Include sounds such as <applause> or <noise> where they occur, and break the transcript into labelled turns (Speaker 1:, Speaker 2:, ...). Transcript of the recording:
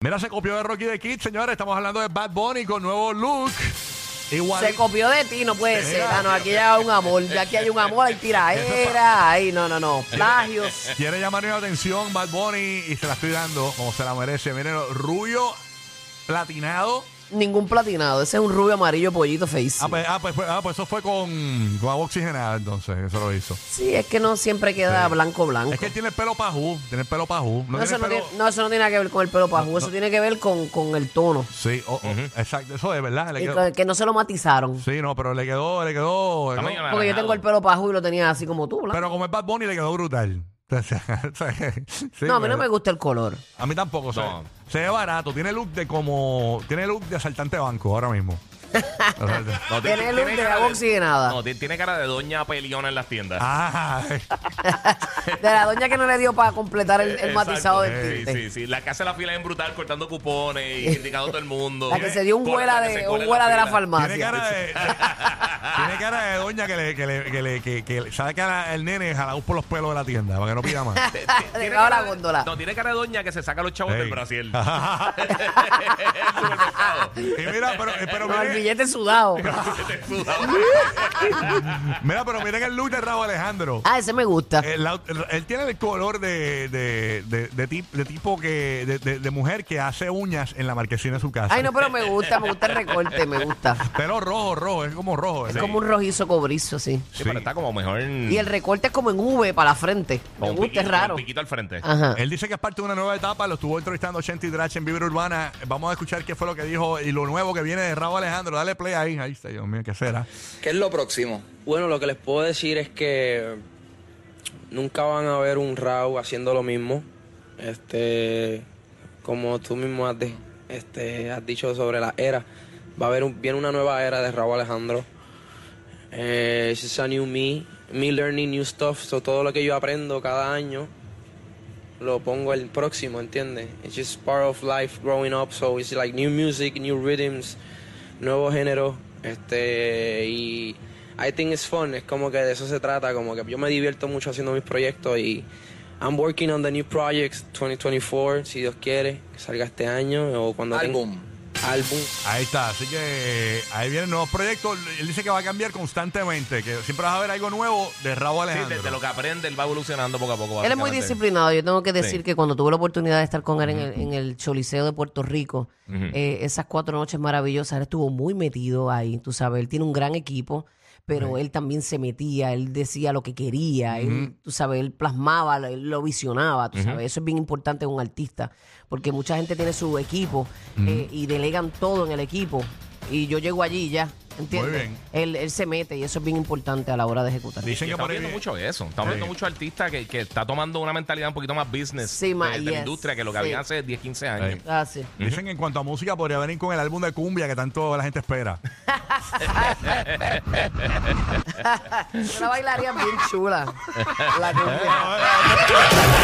Speaker 1: Mira, se copió de Rocky de Kid, señores. Estamos hablando de Bad Bunny con nuevo look. Igual.
Speaker 2: Se copió de ti, no puede ser. Ah, no, aquí ya hay un amor, ya aquí hay un amor, hay tiraera, ahí no, no, no, plagios.
Speaker 1: Quiere llamar mi atención Bad Bunny y se la estoy dando como se la merece. Miren, rubio, platinado.
Speaker 2: Ningún platinado, ese es un rubio amarillo pollito face.
Speaker 1: Ah, pues, ah, pues, ah, pues eso fue con, con agua oxigenada, entonces, eso lo hizo.
Speaker 2: Sí, es que no siempre queda
Speaker 1: Sí.
Speaker 2: blanco blanco.
Speaker 1: Es que él tiene el pelo pajú, tiene el pelo pajú. No,
Speaker 2: no, eso
Speaker 1: tiene
Speaker 2: no,
Speaker 1: el pelo...
Speaker 2: tiene, no, eso no tiene nada que ver con el pelo pajú, eso tiene que ver con, con el tono.
Speaker 1: Sí, oh, oh, exacto, eso es verdad. Le
Speaker 2: Y
Speaker 1: quedó-
Speaker 2: con- que no se lo matizaron.
Speaker 1: Sí, no, pero le quedó, le quedó. le quedó-
Speaker 3: Tamaño
Speaker 2: Porque yo tengo el pelo pajú y lo tenía así como tú, blanco.
Speaker 1: Pero como es Bad Bunny, le quedó brutal. <laughs> Entonces, sí,
Speaker 2: no, a mí
Speaker 1: pero-
Speaker 2: no me gusta el color.
Speaker 1: A mí tampoco, se,
Speaker 3: No.
Speaker 1: se ve barato. Tiene look de como. Tiene look de asaltante de banco ahora
Speaker 3: <laughs>
Speaker 1: mismo. Asaltante.
Speaker 3: No,
Speaker 2: Tiene luz de
Speaker 3: cara
Speaker 2: agua oxigenada.
Speaker 3: No, ti- tiene cara de doña peliona en las tiendas.
Speaker 1: ah,
Speaker 2: De la doña que no le dio para completar el, el
Speaker 3: Eh, Exacto.
Speaker 2: matizado del
Speaker 3: Sí,
Speaker 2: tinte.
Speaker 3: Sí, sí, La que hace la fila en brutal cortando cupones
Speaker 2: <laughs>
Speaker 3: y criticando a todo el mundo.
Speaker 2: La que se dio un
Speaker 3: Con-
Speaker 2: huela
Speaker 3: la que se
Speaker 2: de,
Speaker 3: cuela
Speaker 2: un
Speaker 3: en
Speaker 2: huela de la
Speaker 3: fila.
Speaker 1: tiene
Speaker 2: farmacia.
Speaker 1: cara de. tiene cara de doña que le, que le, que le, que, que le saca al nene jalaús por los pelos de la tienda para que no
Speaker 3: <laughs>
Speaker 1: pida más.
Speaker 2: <laughs> De
Speaker 3: Tiene
Speaker 2: la
Speaker 3: cara de-
Speaker 2: góndola.
Speaker 3: No, tiene cara de doña que se saca los chavos
Speaker 1: Ey.
Speaker 3: del Brasil. El supermercado.
Speaker 1: <laughs> y mira, pero, eh, pero
Speaker 2: Con el
Speaker 1: miren,
Speaker 2: billete sudado.
Speaker 3: <laughs> Te
Speaker 2: <laughs>
Speaker 3: suda.
Speaker 1: mira, pero miren el look de Raúl Alejandro.
Speaker 2: Ah, ese me gusta.
Speaker 3: Eh.
Speaker 1: Él, él tiene el color de, de, de, de tip- de tipo que de, de- de mujer que hace uñas en la marquesina de su casa.
Speaker 2: Ay, no, pero me gusta, me gusta el recorte, me
Speaker 3: <laughs>
Speaker 2: gusta.
Speaker 1: Pero rojo, rojo, es como rojo.
Speaker 2: Es
Speaker 1: ¿verdad?
Speaker 2: como un rojizo cobrizo, sí.
Speaker 3: Sí, pero está como mejor.
Speaker 2: Y el recorte es como en V para la frente.
Speaker 3: con
Speaker 2: Me
Speaker 3: Mm. un
Speaker 2: gusta,
Speaker 3: piquito-
Speaker 2: es
Speaker 3: con
Speaker 2: raro.
Speaker 3: Un piquito al frente.
Speaker 2: Ajá.
Speaker 1: Él dice que es parte de una nueva etapa, lo estuvo entrevistando Chente Drach en Vibra Urbana. Vamos a escuchar qué fue lo que dijo y lo nuevo que viene de Raúl Alejandro. Dale play ahí. Ahí está, Dios mío, ¿qué será?
Speaker 4: ¿Qué es lo próximo?
Speaker 5: Bueno, lo que les puedo decir es que nunca van a ver un Raw haciendo lo mismo. Este, como tú mismo has, de- este, has dicho sobre la era, va a haber un- viene una nueva era de Raúl Alejandro. Eh, it's just a new me, me learning new stuff. So todo lo que yo aprendo cada año lo pongo el próximo, ¿entiendes? It's just part of life growing up. So it's like new music, new rhythms nuevo género este y I think it's fun es como que de eso se trata como que yo me divierto mucho haciendo mis proyectos y I'm working on the new projects 2024 si Dios quiere que salga este año o cuando tenga-
Speaker 4: Álbum.
Speaker 5: álbum
Speaker 1: Ahí está, así que eh, ahí vienen nuevos proyectos. Él dice que va a cambiar constantemente, que siempre vas a ver algo nuevo de Raúl
Speaker 3: Sí,
Speaker 1: Alejandro.
Speaker 3: desde lo que aprende, él va evolucionando poco a poco.
Speaker 2: Él es muy
Speaker 3: básicamente.
Speaker 2: disciplinado. Yo tengo que decir
Speaker 3: Sí.
Speaker 2: que cuando tuve la oportunidad de estar con él en el, en el Choliseo de Puerto Rico, eh, esas cuatro noches maravillosas, él estuvo muy metido ahí, tú sabes, él tiene un gran equipo. Pero él también se metía, él decía lo que quería, él, tú sabes, él plasmaba, lo- él lo visionaba, tú sabes. Eso es bien importante en un artista, porque mucha gente tiene su equipo eh, y delegan todo en el equipo. Y yo llego allí ya, ¿entiendes?
Speaker 1: bien.
Speaker 2: Él, él se mete y eso es bien importante a la hora de ejecutar.
Speaker 1: Dicen
Speaker 3: Y
Speaker 1: que
Speaker 3: estamos
Speaker 1: por ahí
Speaker 3: viendo
Speaker 1: vi-
Speaker 3: mucho eso. Estamos
Speaker 1: Sí.
Speaker 3: viendo muchos artistas que, que está tomando una mentalidad un poquito más business
Speaker 2: Sí, ma-
Speaker 3: de, de
Speaker 2: yes,
Speaker 3: la industria que lo que
Speaker 2: sí.
Speaker 3: había hace 10, 15 años.
Speaker 1: Sí.
Speaker 2: Ah, sí.
Speaker 1: Dicen que en cuanto a música podría venir con el álbum de cumbia que tanto la gente espera.
Speaker 2: Una bailaría bien chula. La cumbia.